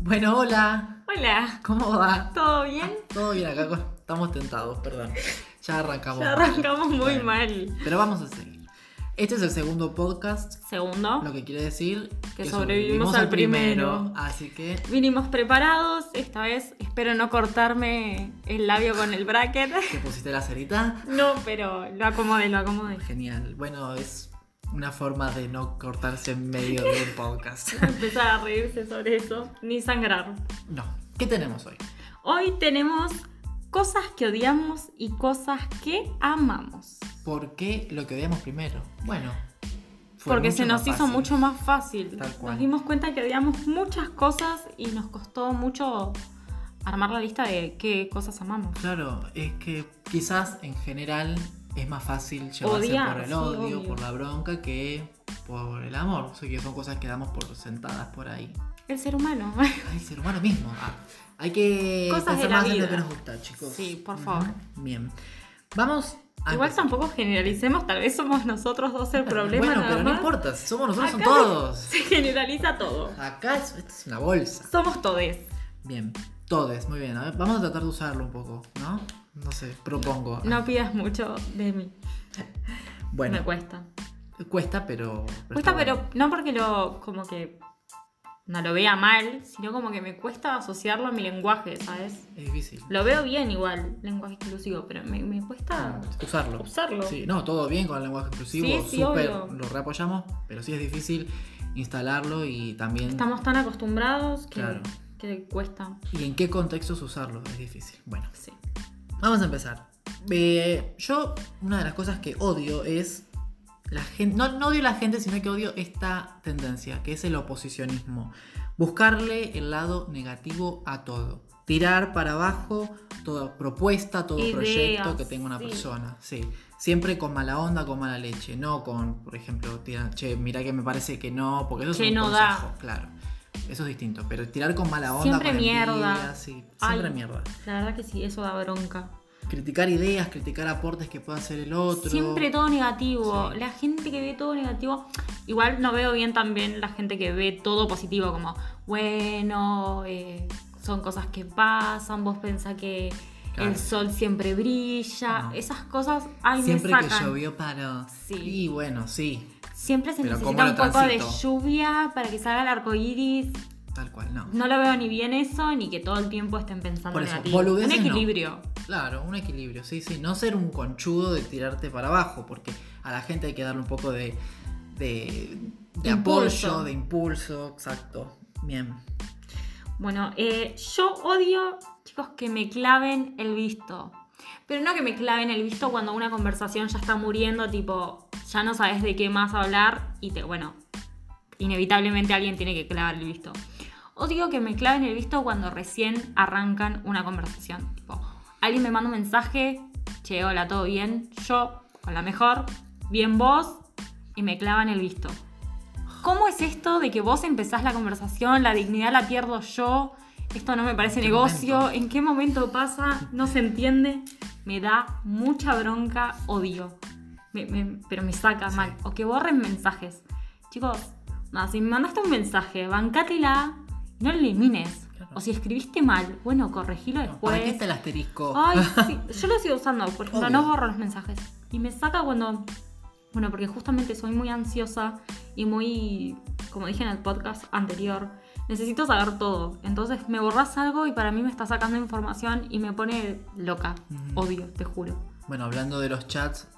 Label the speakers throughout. Speaker 1: Bueno, hola.
Speaker 2: Hola,
Speaker 1: ¿Cómo va?
Speaker 2: ¿todo bien?
Speaker 1: Todo bien acá. con- Estamos tentados, perdón. Ya arrancamos.
Speaker 2: Ya
Speaker 1: mal.
Speaker 2: arrancamos muy
Speaker 1: Bueno,
Speaker 2: mal.
Speaker 1: Pero vamos a seguir. Este es el segundo podcast,
Speaker 2: Segundo,
Speaker 1: lo que quiere decir
Speaker 2: Que sobrevivimos al primero.
Speaker 1: Así que
Speaker 2: vinimos preparados. Esta vez espero no cortarme el labio con el bracket.
Speaker 1: te pusiste la cerita.
Speaker 2: No, pero lo acomodé, lo acomodé.
Speaker 1: Genial. Bueno, es una forma de no cortarse en medio de un podcast.
Speaker 2: Empezar a reírse sobre eso, ni sangrar.
Speaker 1: No. ¿Qué tenemos hoy?
Speaker 2: Hoy tenemos cosas que odiamos y cosas que amamos.
Speaker 1: ¿Por qué lo que odiamos primero? Bueno. fue
Speaker 2: Porque
Speaker 1: mucho
Speaker 2: se nos
Speaker 1: más
Speaker 2: hizo
Speaker 1: fácil.
Speaker 2: mucho más fácil.
Speaker 1: Tal cual.
Speaker 2: Nos dimos cuenta que odiamos muchas cosas y nos costó mucho armar la lista de qué cosas amamos.
Speaker 1: Claro, es que quizás en general es más fácil llevarse
Speaker 2: Odiar,
Speaker 1: por el
Speaker 2: sí,
Speaker 1: odio,
Speaker 2: obvio.
Speaker 1: por la bronca, que por el amor. O sea, que son cosas que damos por sentadas por ahí.
Speaker 2: El ser humano.
Speaker 1: Ay, ser humano mismo. Ah, hay que
Speaker 2: Cosas de
Speaker 1: pensar
Speaker 2: la
Speaker 1: más en lo
Speaker 2: vida.
Speaker 1: que nos gusta, chicos.
Speaker 2: Sí, por
Speaker 1: Ujú.
Speaker 2: favor.
Speaker 1: Bien. Vamos a
Speaker 2: Igual
Speaker 1: empezar.
Speaker 2: tampoco generalicemos, tal vez somos nosotros dos el problema.
Speaker 1: Bueno,
Speaker 2: nada
Speaker 1: pero no
Speaker 2: más.
Speaker 1: importa, si somos nosotros, son
Speaker 2: Acá-
Speaker 1: todos.
Speaker 2: Se generaliza todo.
Speaker 1: Acá es, esto es una bolsa.
Speaker 2: Somos todes.
Speaker 1: Bien, todes, muy bien. A ver, vamos a tratar de usarlo un poco, ¿no? No sé, propongo.
Speaker 2: No pidas mucho de mí.
Speaker 1: bueno,
Speaker 2: Me cuesta.
Speaker 1: cuesta, pero. pero
Speaker 2: Cuesta,
Speaker 1: está bueno.
Speaker 2: pero no porque lo como que no lo vea mal, sino como que me cuesta asociarlo a mi lenguaje, ¿sabes?
Speaker 1: Es difícil.
Speaker 2: Lo veo bien igual, lenguaje inclusivo, pero me, me cuesta
Speaker 1: Ah, Usarlo.
Speaker 2: usarlo.
Speaker 1: Sí, no, todo bien con el lenguaje inclusivo,
Speaker 2: Sí, sí,
Speaker 1: súper,
Speaker 2: obvio.
Speaker 1: lo reapoyamos, pero sí es difícil instalarlo y también...
Speaker 2: Estamos tan acostumbrados que,
Speaker 1: Claro.
Speaker 2: que cuesta.
Speaker 1: Y en qué contextos usarlo es difícil. Bueno,
Speaker 2: Sí.
Speaker 1: vamos a empezar. Eh, yo, una de las cosas que odio es la gente, no, no odio la gente, sino que odio esta tendencia, que es el oposicionismo. Buscarle el lado negativo a todo. Tirar para abajo toda propuesta, todo
Speaker 2: Ideas,
Speaker 1: proyecto que tenga una
Speaker 2: sí.
Speaker 1: persona. Sí. Siempre con mala onda, con mala leche. No con, por ejemplo, tirar, che, mira que me parece que no, porque eso
Speaker 2: Que
Speaker 1: es un
Speaker 2: no da.
Speaker 1: consejo. Claro. Eso es distinto. Pero tirar con mala onda,
Speaker 2: Siempre
Speaker 1: con envidia,
Speaker 2: mierda.
Speaker 1: sí. Siempre
Speaker 2: Ay.
Speaker 1: mierda.
Speaker 2: La verdad que sí, eso da bronca.
Speaker 1: Criticar ideas, criticar aportes que pueda hacer el otro.
Speaker 2: Siempre todo negativo.
Speaker 1: Sí.
Speaker 2: La gente que ve todo negativo. Igual no veo bien también la gente que ve todo positivo, como, bueno, eh, son cosas que pasan, vos pensás que
Speaker 1: Claro.
Speaker 2: el sol siempre brilla.
Speaker 1: No.
Speaker 2: Esas cosas, ay, me
Speaker 1: Siempre que
Speaker 2: sacan.
Speaker 1: llovió paró.
Speaker 2: Sí.
Speaker 1: Y bueno, sí,
Speaker 2: Siempre se
Speaker 1: Pero
Speaker 2: necesita
Speaker 1: ¿cómo lo
Speaker 2: un poco de
Speaker 1: transito?
Speaker 2: lluvia para que salga el arco iris.
Speaker 1: tal cual, no.
Speaker 2: No lo veo ni bien eso, ni que todo el tiempo estén pensando
Speaker 1: Por eso,
Speaker 2: negativo. Un
Speaker 1: boludeces no.
Speaker 2: equilibrio.
Speaker 1: Claro, un equilibrio, sí, sí. No ser un conchudo de tirarte para abajo, porque a la gente hay que darle un poco de, de, de
Speaker 2: Impulso.
Speaker 1: apoyo, de impulso, exacto. Bien.
Speaker 2: Bueno, eh, yo odio, chicos, que me claven el visto. Pero no que me claven el visto cuando una conversación ya está muriendo, tipo, ya no sabes de qué más hablar y te, bueno, inevitablemente alguien tiene que clavar el visto. Odio que me claven el visto cuando recién arrancan una conversación. Tipo, alguien me manda un mensaje, che, hola, ¿todo bien? Yo, con la mejor, bien vos, y me clavan el visto. ¿Cómo es esto de que vos empezás la conversación, la dignidad la pierdo yo? Esto no me parece
Speaker 1: ¿En qué
Speaker 2: negocio.
Speaker 1: momento?
Speaker 2: ¿En qué momento pasa? No se entiende. Me da mucha bronca, odio. Me- me- pero me saca
Speaker 1: Sí.
Speaker 2: mal. O que borren mensajes. Chicos, no, si me mandaste un mensaje, bancátela y no lo elimines.
Speaker 1: Claro.
Speaker 2: O si escribiste mal, bueno, corregilo
Speaker 1: No, ¿Para qué
Speaker 2: después.
Speaker 1: está el asterisco?
Speaker 2: Ay, sí. Yo lo sigo usando, por ejemplo,
Speaker 1: Obvio.
Speaker 2: no borro los mensajes. Y me saca cuando. Bueno, porque justamente soy muy ansiosa y muy. Como dije en el podcast anterior, necesito saber todo. Entonces me borras algo y para mí me está sacando información y me pone loca.
Speaker 1: Ujú.
Speaker 2: Odio, te juro.
Speaker 1: Bueno, hablando de los chats,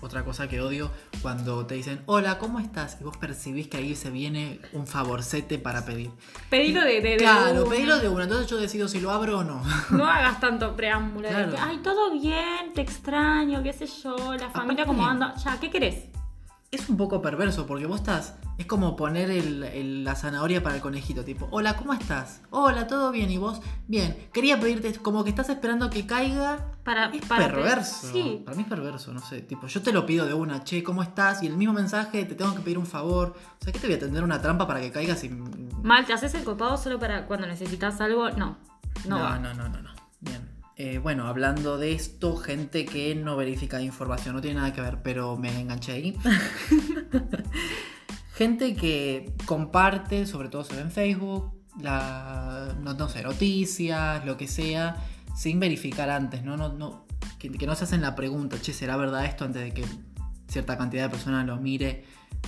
Speaker 1: otra cosa que odio, cuando te dicen, hola, ¿cómo estás? Y vos percibís que ahí se viene un favorcete para pedir.
Speaker 2: Pedilo de. de- de
Speaker 1: Claro,
Speaker 2: una.
Speaker 1: pedilo de una, entonces yo decido si lo abro o no.
Speaker 2: No hagas tanto preámbulo. de
Speaker 1: Claro.
Speaker 2: que, Ay, todo bien, te extraño, qué sé yo, la familia como
Speaker 1: Aparte-
Speaker 2: anda. Ya, ¿qué querés?
Speaker 1: Es un poco perverso porque vos estás. Es como poner el- el- la zanahoria para el conejito, tipo, hola, ¿cómo estás? Hola, ¿todo bien? ¿Y vos? Bien. Quería pedirte, como que estás esperando que caiga.
Speaker 2: Para,
Speaker 1: Es
Speaker 2: para
Speaker 1: perverso.
Speaker 2: Sí.
Speaker 1: Para mí es perverso, no sé. Tipo, yo te lo pido de una, che, ¿cómo estás? Y el mismo mensaje, te tengo que pedir un favor. O sea, ¿qué te voy a tender una trampa para que caigas y. No,
Speaker 2: Mal, te haces el copado solo para cuando necesitas algo. No. No. va.
Speaker 1: no, no, no, no. Bien. Eh, bueno, hablando de esto, gente que no verifica información, no tiene nada que ver, pero me enganché ahí. gente que comparte, sobre todo se ve en Facebook, la, no, no sé, noticias, lo que sea, sin verificar antes, ¿no? no, no que, que no se hacen la pregunta, che, ¿será verdad esto antes de que cierta cantidad de personas lo mire?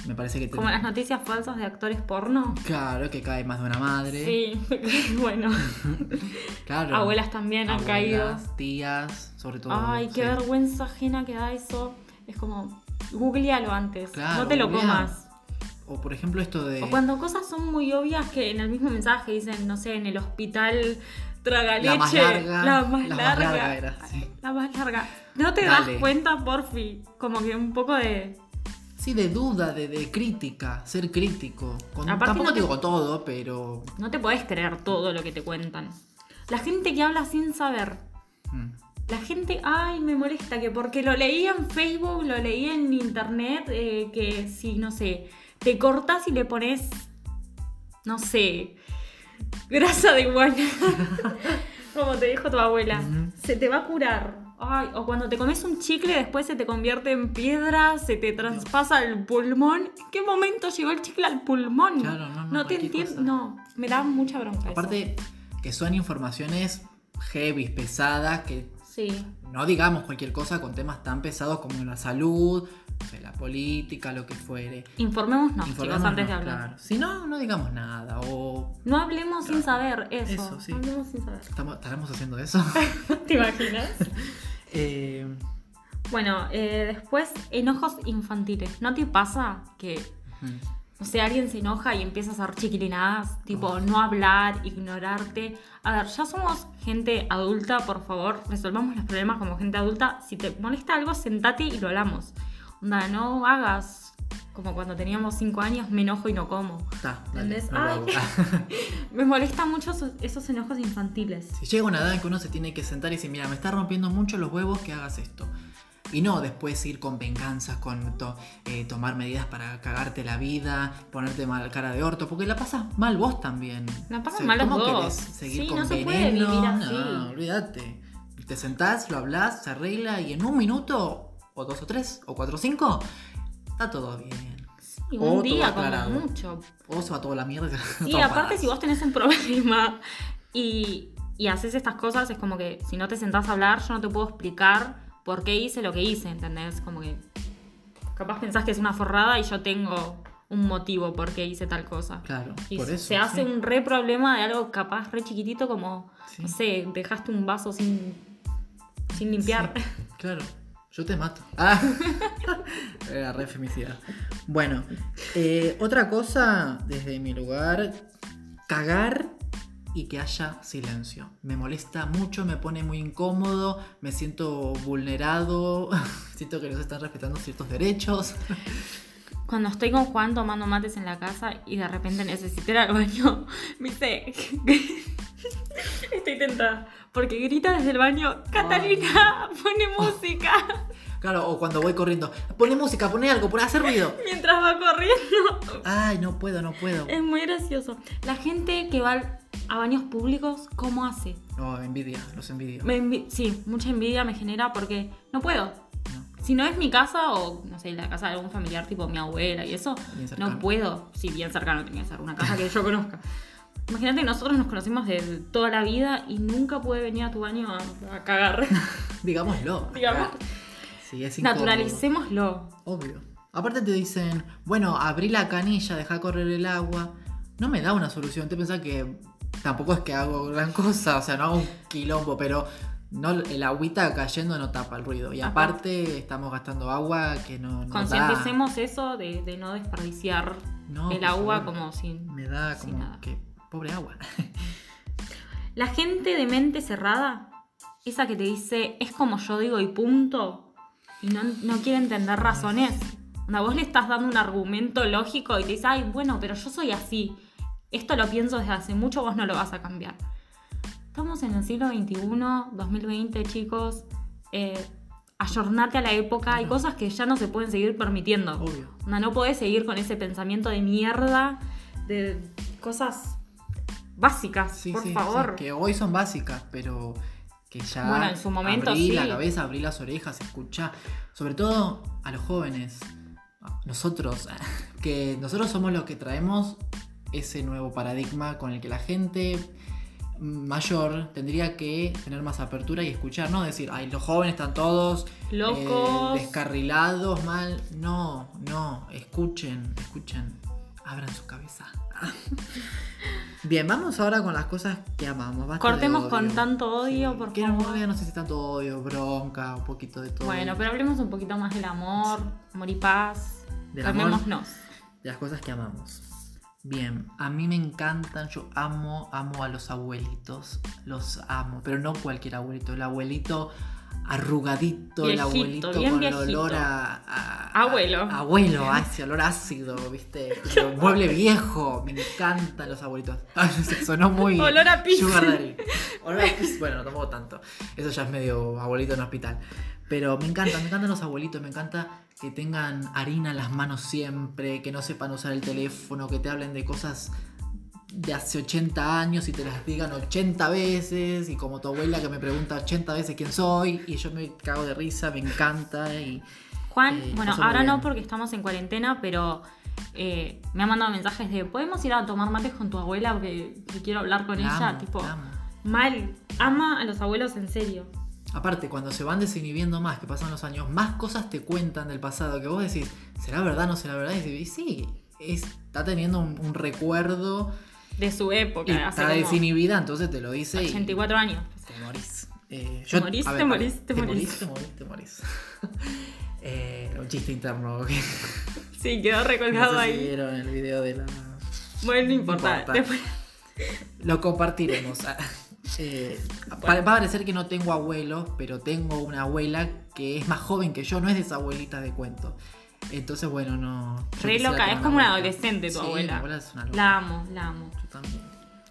Speaker 1: Me parece que... te-
Speaker 2: Como las noticias falsas de actores porno.
Speaker 1: Claro, que cae más de una madre.
Speaker 2: Sí, bueno.
Speaker 1: Claro.
Speaker 2: Abuelas también han caído.
Speaker 1: Abuelas, tías, sobre todo.
Speaker 2: Ay, qué
Speaker 1: sí.
Speaker 2: vergüenza ajena que da eso. Es como, googlealo antes.
Speaker 1: Claro,
Speaker 2: no te lo
Speaker 1: googleá.
Speaker 2: comas.
Speaker 1: O por ejemplo esto de...
Speaker 2: O cuando cosas son muy obvias que en el mismo mensaje dicen, no sé, en el hospital traga leche.
Speaker 1: La más larga.
Speaker 2: La más
Speaker 1: la
Speaker 2: larga.
Speaker 1: era, sí.
Speaker 2: La más larga. No te
Speaker 1: Dale.
Speaker 2: das cuenta, porfi. Como que un poco de.
Speaker 1: Sí, de duda, de, de crítica, ser crítico. Con,
Speaker 2: Aparte
Speaker 1: tampoco
Speaker 2: no te-
Speaker 1: digo con todo, pero...
Speaker 2: No te podés creer todo lo que te cuentan. La gente que habla sin saber.
Speaker 1: mm,
Speaker 2: La gente, ay, me molesta que porque lo leí en Facebook, lo leí en internet, eh, que si, no sé, te cortas y le pones, no sé, grasa de iguana, como te dijo tu abuela,
Speaker 1: Ujú.
Speaker 2: se te va a curar. Ay, o cuando te comes un chicle después se te convierte en piedra, se te traspasa el pulmón. ¿En qué momento llegó el chicle al pulmón?
Speaker 1: Claro, no, no,
Speaker 2: te
Speaker 1: cualquier
Speaker 2: entiendo.
Speaker 1: cosa.
Speaker 2: No, me da mucha bronca. eso.
Speaker 1: Aparte, que son informaciones heavy, pesadas, que
Speaker 2: Sí.
Speaker 1: no digamos cualquier cosa con temas tan pesados como la salud, no sé, la política, lo que fuere.
Speaker 2: Informémonos, chicos,
Speaker 1: Informémonos,
Speaker 2: antes de hablar.
Speaker 1: claro. Si no, no digamos nada. O
Speaker 2: No hablemos sin saber eso.
Speaker 1: Eso, sí.
Speaker 2: No hablemos sin saber.
Speaker 1: estamos- estaremos haciendo eso.
Speaker 2: ¿Te imaginas?
Speaker 1: Eh,
Speaker 2: bueno, eh, después, enojos infantiles. ¿No te pasa que,
Speaker 1: ujú.
Speaker 2: o sea, alguien se enoja y empieza a hacer chiquilinadas? Tipo, no hablar, ignorarte. A ver, ya somos gente adulta, por favor, resolvamos los problemas como gente adulta. Si te molesta algo, sentate y lo hablamos. Onda, no hagas como cuando teníamos 5 años, me enojo y no como.
Speaker 1: Está, dale,
Speaker 2: ¿Entendés?
Speaker 1: no lo
Speaker 2: Ay.
Speaker 1: hago.
Speaker 2: Me molestan mucho esos, esos enojos infantiles.
Speaker 1: Si llega una edad en que uno se tiene que sentar y decir, mira, me está rompiendo mucho los huevos que hagas esto. Y no después ir con venganzas, con to- eh, tomar medidas para cagarte la vida, ponerte mal cara de orto, porque la pasas mal vos también.
Speaker 2: La pasan
Speaker 1: O sea,
Speaker 2: mal los
Speaker 1: ¿cómo
Speaker 2: dos.
Speaker 1: querés seguir
Speaker 2: Sí,
Speaker 1: con
Speaker 2: no se puede
Speaker 1: veneno?
Speaker 2: vivir así.
Speaker 1: No, olvídate. Te sentás, lo hablas, se arregla y en un minuto, o dos o tres, o cuatro o cinco, está todo bien.
Speaker 2: Y
Speaker 1: O
Speaker 2: un
Speaker 1: todo
Speaker 2: día como
Speaker 1: aclarado.
Speaker 2: mucho.
Speaker 1: O se va toda la mierda.
Speaker 2: Y
Speaker 1: todo
Speaker 2: aparte
Speaker 1: parado.
Speaker 2: si vos tenés un problema y, y haces estas cosas, es como que si no te sentás a hablar, yo no te puedo explicar por qué hice lo que hice, ¿entendés? Como que capaz pensás que es una forrada y yo tengo un motivo por qué hice tal cosa.
Speaker 1: Claro,
Speaker 2: Y
Speaker 1: por
Speaker 2: se
Speaker 1: eso.
Speaker 2: hace
Speaker 1: sí.
Speaker 2: un re problema de algo capaz re chiquitito como,
Speaker 1: Sí.
Speaker 2: no sé, dejaste un vaso sin, sin limpiar.
Speaker 1: Sí, claro, yo te mato. Ah. Era re femicidad. Bueno, eh, otra cosa desde mi lugar, cagar y que haya silencio. Me molesta mucho, me pone muy incómodo, me siento vulnerado, siento que no se están respetando ciertos derechos.
Speaker 2: Cuando estoy con Juan tomando mates en la casa y de repente necesito ir al baño, me dice. Estoy tentada. Porque grita desde el baño: Catalina, pone música.
Speaker 1: Claro, o cuando voy corriendo, pone música, pone algo, pone hacer ruido.
Speaker 2: Mientras va corriendo.
Speaker 1: Ay, no puedo, no puedo.
Speaker 2: Es muy gracioso. La gente que va a baños públicos, ¿cómo hace?
Speaker 1: No, envidia, los envidio.
Speaker 2: Me envi- sí, mucha envidia me genera porque no puedo.
Speaker 1: No.
Speaker 2: Si no es mi casa o, no sé, la casa de algún familiar tipo mi abuela y eso,
Speaker 1: Bien cercano.
Speaker 2: no puedo. Si bien cercano tenía que ser una casa que yo conozca. Imagínate, nosotros nos conocemos de toda la vida y nunca pude venir a tu baño a, a cagar.
Speaker 1: Digámoslo.
Speaker 2: Digamos.
Speaker 1: Sí, es incómodo.
Speaker 2: Naturalicémoslo.
Speaker 1: Obvio. Aparte te dicen, bueno, abrí la canilla, deja correr el agua. No me da una solución. Te pensás que tampoco es que hago gran cosa, o sea, no hago un quilombo, pero no, el agüita cayendo no tapa el ruido. Y
Speaker 2: Ajá.
Speaker 1: aparte estamos gastando agua que no, no da.
Speaker 2: Concienticemos eso de, de no desperdiciar
Speaker 1: No,
Speaker 2: el
Speaker 1: por
Speaker 2: agua
Speaker 1: favor.
Speaker 2: como sin...
Speaker 1: Me da
Speaker 2: sin
Speaker 1: como
Speaker 2: nada.
Speaker 1: que pobre agua.
Speaker 2: La gente de mente cerrada, esa que te dice es como yo digo y punto, y no, no quiere entender razones. Onda, vos le estás dando un argumento lógico y te dice, ay, bueno, pero yo soy así. Esto lo pienso desde hace mucho, vos no lo vas a cambiar. Estamos en el siglo XXI, 2020, chicos. Eh, ayornate a la época. Hay
Speaker 1: Claro.
Speaker 2: cosas que ya no se pueden seguir permitiendo.
Speaker 1: Obvio.
Speaker 2: No, no podés seguir con ese pensamiento de mierda, de cosas básicas,
Speaker 1: Sí,
Speaker 2: por
Speaker 1: sí, sí,
Speaker 2: favor.
Speaker 1: que hoy son básicas, pero que ya.
Speaker 2: Bueno, en su momento,
Speaker 1: Abrí la
Speaker 2: sí.
Speaker 1: cabeza, abrí las orejas, escuchá. Sobre todo a los jóvenes, a nosotros, que nosotros somos los que traemos ese nuevo paradigma con el que la gente mayor tendría que tener más apertura y escuchar, no decir, ay, los jóvenes están todos eh,
Speaker 2: Locos.
Speaker 1: descarrilados, mal. No, no, escuchen, escuchen, abran su cabeza. Bien, vamos ahora con las cosas que amamos. basta de
Speaker 2: Cortemos
Speaker 1: odio.
Speaker 2: con tanto odio, por
Speaker 1: Que no,
Speaker 2: favor.
Speaker 1: odio, no sé si tanto odio, bronca, un poquito de todo.
Speaker 2: Bueno, pero hablemos un poquito más del amor, amor y paz.
Speaker 1: Del amor.
Speaker 2: Calmémonos.
Speaker 1: de las cosas que amamos. Bien, a mí me encantan, yo amo, amo a los abuelitos, los amo, pero no cualquier abuelito, el abuelito arrugadito, el
Speaker 2: Viejito,
Speaker 1: abuelito
Speaker 2: bien
Speaker 1: con el
Speaker 2: viejito.
Speaker 1: olor a, a-
Speaker 2: Abuelo.
Speaker 1: a- abuelo, a ese olor ácido, viste, Pero mueble viejo, me encantan los abuelitos. Ay, no sé, sonó muy
Speaker 2: Olor a pis.
Speaker 1: sugar daddy. Olor a pis, bueno, no tampoco tanto. Eso ya es medio abuelito en hospital. Pero me encanta, me encantan los abuelitos, me encanta que tengan harina en las manos siempre, que no sepan usar el teléfono, que te hablen de cosas de hace 80 años y te las digan 80 veces, y como tu abuela que me pregunta 80 veces quién soy, y yo me cago de risa, me encanta, y
Speaker 2: Juan,
Speaker 1: Eh,
Speaker 2: bueno,
Speaker 1: pasó muy
Speaker 2: ahora no
Speaker 1: bien.
Speaker 2: porque estamos en cuarentena, pero eh, me ha mandado mensajes de ¿podemos ir a tomar mates con tu abuela? Porque que quiero hablar con
Speaker 1: la
Speaker 2: ella.
Speaker 1: amo,
Speaker 2: tipo,
Speaker 1: la amo.
Speaker 2: mal. Ama a los abuelos en serio.
Speaker 1: Aparte, cuando se van desinhibiendo más, que pasan los años, más cosas te cuentan del pasado que vos decís, ¿será verdad no será verdad? Y decís, sí, está teniendo un, un recuerdo
Speaker 2: De su época,
Speaker 1: y
Speaker 2: hace
Speaker 1: está
Speaker 2: como
Speaker 1: desinhibida, entonces te lo dice y
Speaker 2: 84 años.
Speaker 1: te morís. Eh,
Speaker 2: Te morís,
Speaker 1: a
Speaker 2: te
Speaker 1: pará,
Speaker 2: morís,
Speaker 1: te
Speaker 2: te
Speaker 1: morís.
Speaker 2: morís.
Speaker 1: Te morís, te morís. Eh, un chiste interno que
Speaker 2: Sí, quedó
Speaker 1: no
Speaker 2: recolgado
Speaker 1: sé si
Speaker 2: ahí.
Speaker 1: vieron el video de la...
Speaker 2: Bueno, no
Speaker 1: No
Speaker 2: importa.
Speaker 1: importa.
Speaker 2: Después-
Speaker 1: Lo compartiremos. Ah, Eh, pa- Va a parecer que no tengo abuelos, pero tengo una abuela que es más joven que yo, no es de esa abuelita de cuento. Entonces, bueno, no. yo
Speaker 2: Re
Speaker 1: quisiera
Speaker 2: loca,
Speaker 1: tener
Speaker 2: es como una
Speaker 1: abuelita.
Speaker 2: adolescente tu
Speaker 1: Sí,
Speaker 2: abuela.
Speaker 1: Mi abuela es una loca.
Speaker 2: la amo, la amo.
Speaker 1: Yo también.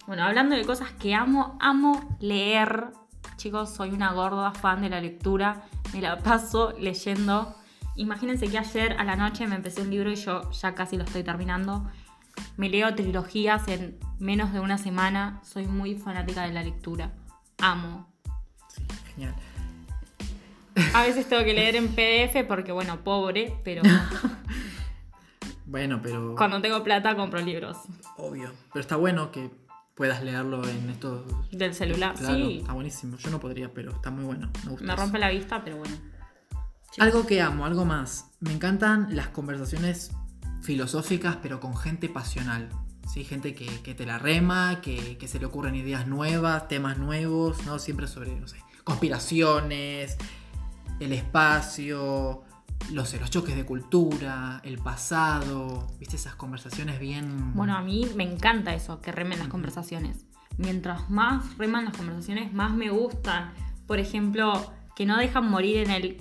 Speaker 2: Bueno, hablando de cosas que amo, amo leer. Chicos, soy una gorda fan de la lectura. Me la paso leyendo. Imagínense que ayer a la noche me empecé un libro y yo ya casi lo estoy terminando. Me leo trilogías en menos de una semana. Soy muy fanática de la lectura. Amo.
Speaker 1: Sí, genial.
Speaker 2: A veces tengo que leer en PDF porque, bueno, pobre, pero
Speaker 1: Bueno, pero.
Speaker 2: cuando tengo plata compro libros
Speaker 1: Obvio. Pero está bueno que puedas leerlo en estos.
Speaker 2: del celular.
Speaker 1: Claro,
Speaker 2: Sí,
Speaker 1: está buenísimo. Yo no podría, pero está muy bueno. Me gusta.
Speaker 2: me
Speaker 1: eso.
Speaker 2: rompe la vista, pero bueno.
Speaker 1: Algo que amo, algo más. Me encantan las conversaciones filosóficas, pero con gente pasional. ¿sí? Gente que, que te la rema, que, que se le ocurren ideas nuevas, temas nuevos, ¿no? Siempre sobre, no sé, conspiraciones, el espacio, los, los choques de cultura, el pasado. ¿Viste esas conversaciones bien.
Speaker 2: Bueno, a mí me encanta eso, que remen las conversaciones. Mientras más reman las conversaciones, más me gustan. Por ejemplo, que no dejan morir en el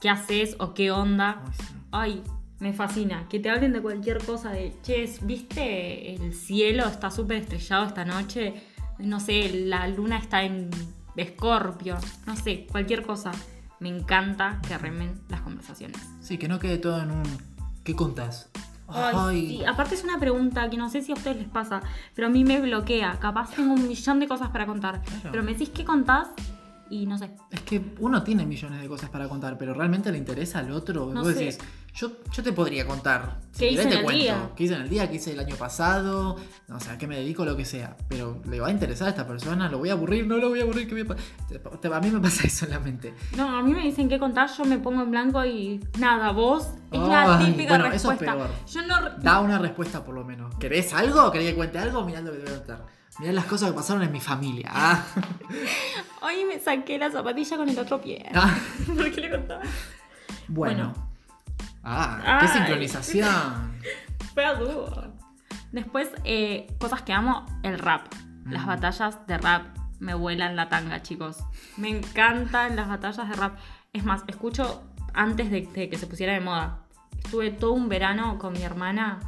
Speaker 2: qué haces o qué onda.
Speaker 1: Ay, sí.
Speaker 2: Ay, me fascina. Que te hablen de cualquier cosa, de, che, ¿viste el cielo? Está súper estrellado esta noche. No sé, la luna está en escorpio. No sé, cualquier cosa. Me encanta que remen las conversaciones.
Speaker 1: Sí, que no quede todo en un. ¿Qué contás?
Speaker 2: Ay, sí. Aparte es una pregunta que no sé si a ustedes les pasa, pero a mí me bloquea. Capaz tengo un millón de cosas para contar.
Speaker 1: Claro.
Speaker 2: Pero me decís qué contás y no sé.
Speaker 1: Es que uno tiene millones de cosas para contar, pero realmente le interesa al otro.
Speaker 2: No
Speaker 1: Vos
Speaker 2: sé.
Speaker 1: decís, yo, yo te podría contar. Si
Speaker 2: ¿Qué hice
Speaker 1: querés, te
Speaker 2: en el
Speaker 1: cuento.
Speaker 2: día?
Speaker 1: ¿Qué hice en el día? ¿Qué hice el año pasado? No sé, a qué me dedico, lo que sea. Pero le va a interesar a esta persona, lo voy a aburrir, no lo voy a aburrir. ¿qué voy a pa- Te- te- a mí me pasa eso en la mente.
Speaker 2: No, a mí me dicen qué contar, yo me pongo en blanco y nada, vos es la
Speaker 1: Ay,
Speaker 2: típica
Speaker 1: bueno, eso es
Speaker 2: respuesta.
Speaker 1: peor.
Speaker 2: Yo no
Speaker 1: Da una respuesta por lo menos. ¿Querés algo? ¿Querés que cuente algo? Mirá lo que te voy a contar. Mirá las cosas que pasaron en mi familia. Ah.
Speaker 2: hoy me saqué la zapatilla con el otro pie.
Speaker 1: Ah.
Speaker 2: ¿Por qué le contaba?
Speaker 1: Bueno.
Speaker 2: Bueno.
Speaker 1: Ah, qué
Speaker 2: Ay.
Speaker 1: sincronización.
Speaker 2: Fue a dúo. Después, eh, cosas que amo, el rap. Las
Speaker 1: Mm.
Speaker 2: batallas de rap me vuelan la tanga, chicos. Me encantan las batallas de rap. Es más, escucho antes de, de que se pusiera de moda. Estuve todo un verano con mi hermana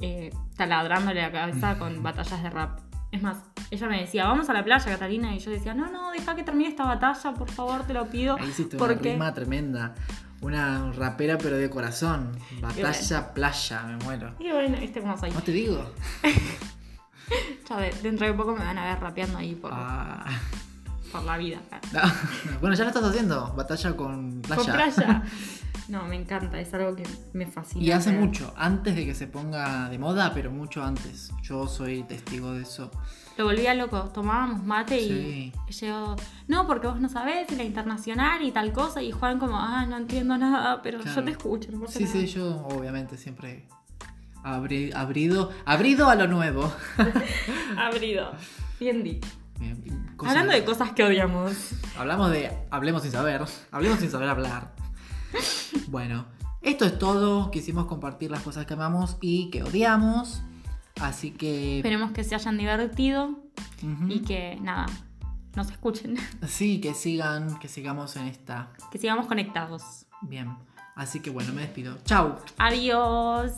Speaker 2: eh, taladrándole la cabeza
Speaker 1: Mm.
Speaker 2: con batallas de rap. Es más, ella me decía, vamos a la playa, Catalina, y yo decía, no, no, deja que termine esta batalla, por favor, te lo pido.
Speaker 1: Ahí hiciste una
Speaker 2: porque
Speaker 1: rima tremenda. Una rapera pero de corazón. Batalla, playa, me muero.
Speaker 2: Y bueno, este como soy.
Speaker 1: No te digo.
Speaker 2: Ya ve, dentro de poco me van a ver rapeando ahí por,
Speaker 1: Ah,
Speaker 2: por la vida. claro.
Speaker 1: bueno, ya lo estás haciendo, batalla con playa.
Speaker 2: Con playa. No, me encanta, es algo que me fascina.
Speaker 1: Y hace
Speaker 2: Pero-
Speaker 1: mucho, antes de que se ponga de moda, pero mucho antes. Yo soy testigo de eso.
Speaker 2: Lo volvía loco, tomábamos mate y llegó, no, porque vos no sabés, y la internacional y tal cosa, y Juan como, ah, no entiendo nada, pero yo
Speaker 1: Claro.
Speaker 2: te escucho. No pasa
Speaker 1: Sí,
Speaker 2: nada".
Speaker 1: sí, yo obviamente siempre abri- abrido, abrido a lo nuevo.
Speaker 2: Abrido, bien dicho.
Speaker 1: Bien, cosas-
Speaker 2: Hablando de cosas que odiamos.
Speaker 1: Hablamos de hablemos sin saber, hablemos sin saber hablar. Bueno, esto es todo. Quisimos compartir las cosas que amamos y que odiamos. Así que...
Speaker 2: Esperemos que se hayan divertido
Speaker 1: ujú.
Speaker 2: y que nada, nos escuchen,
Speaker 1: Sí, que sigan, que sigamos en esta.
Speaker 2: que sigamos conectados.
Speaker 1: Bien. Así que bueno, me despido. Chau.
Speaker 2: Adiós.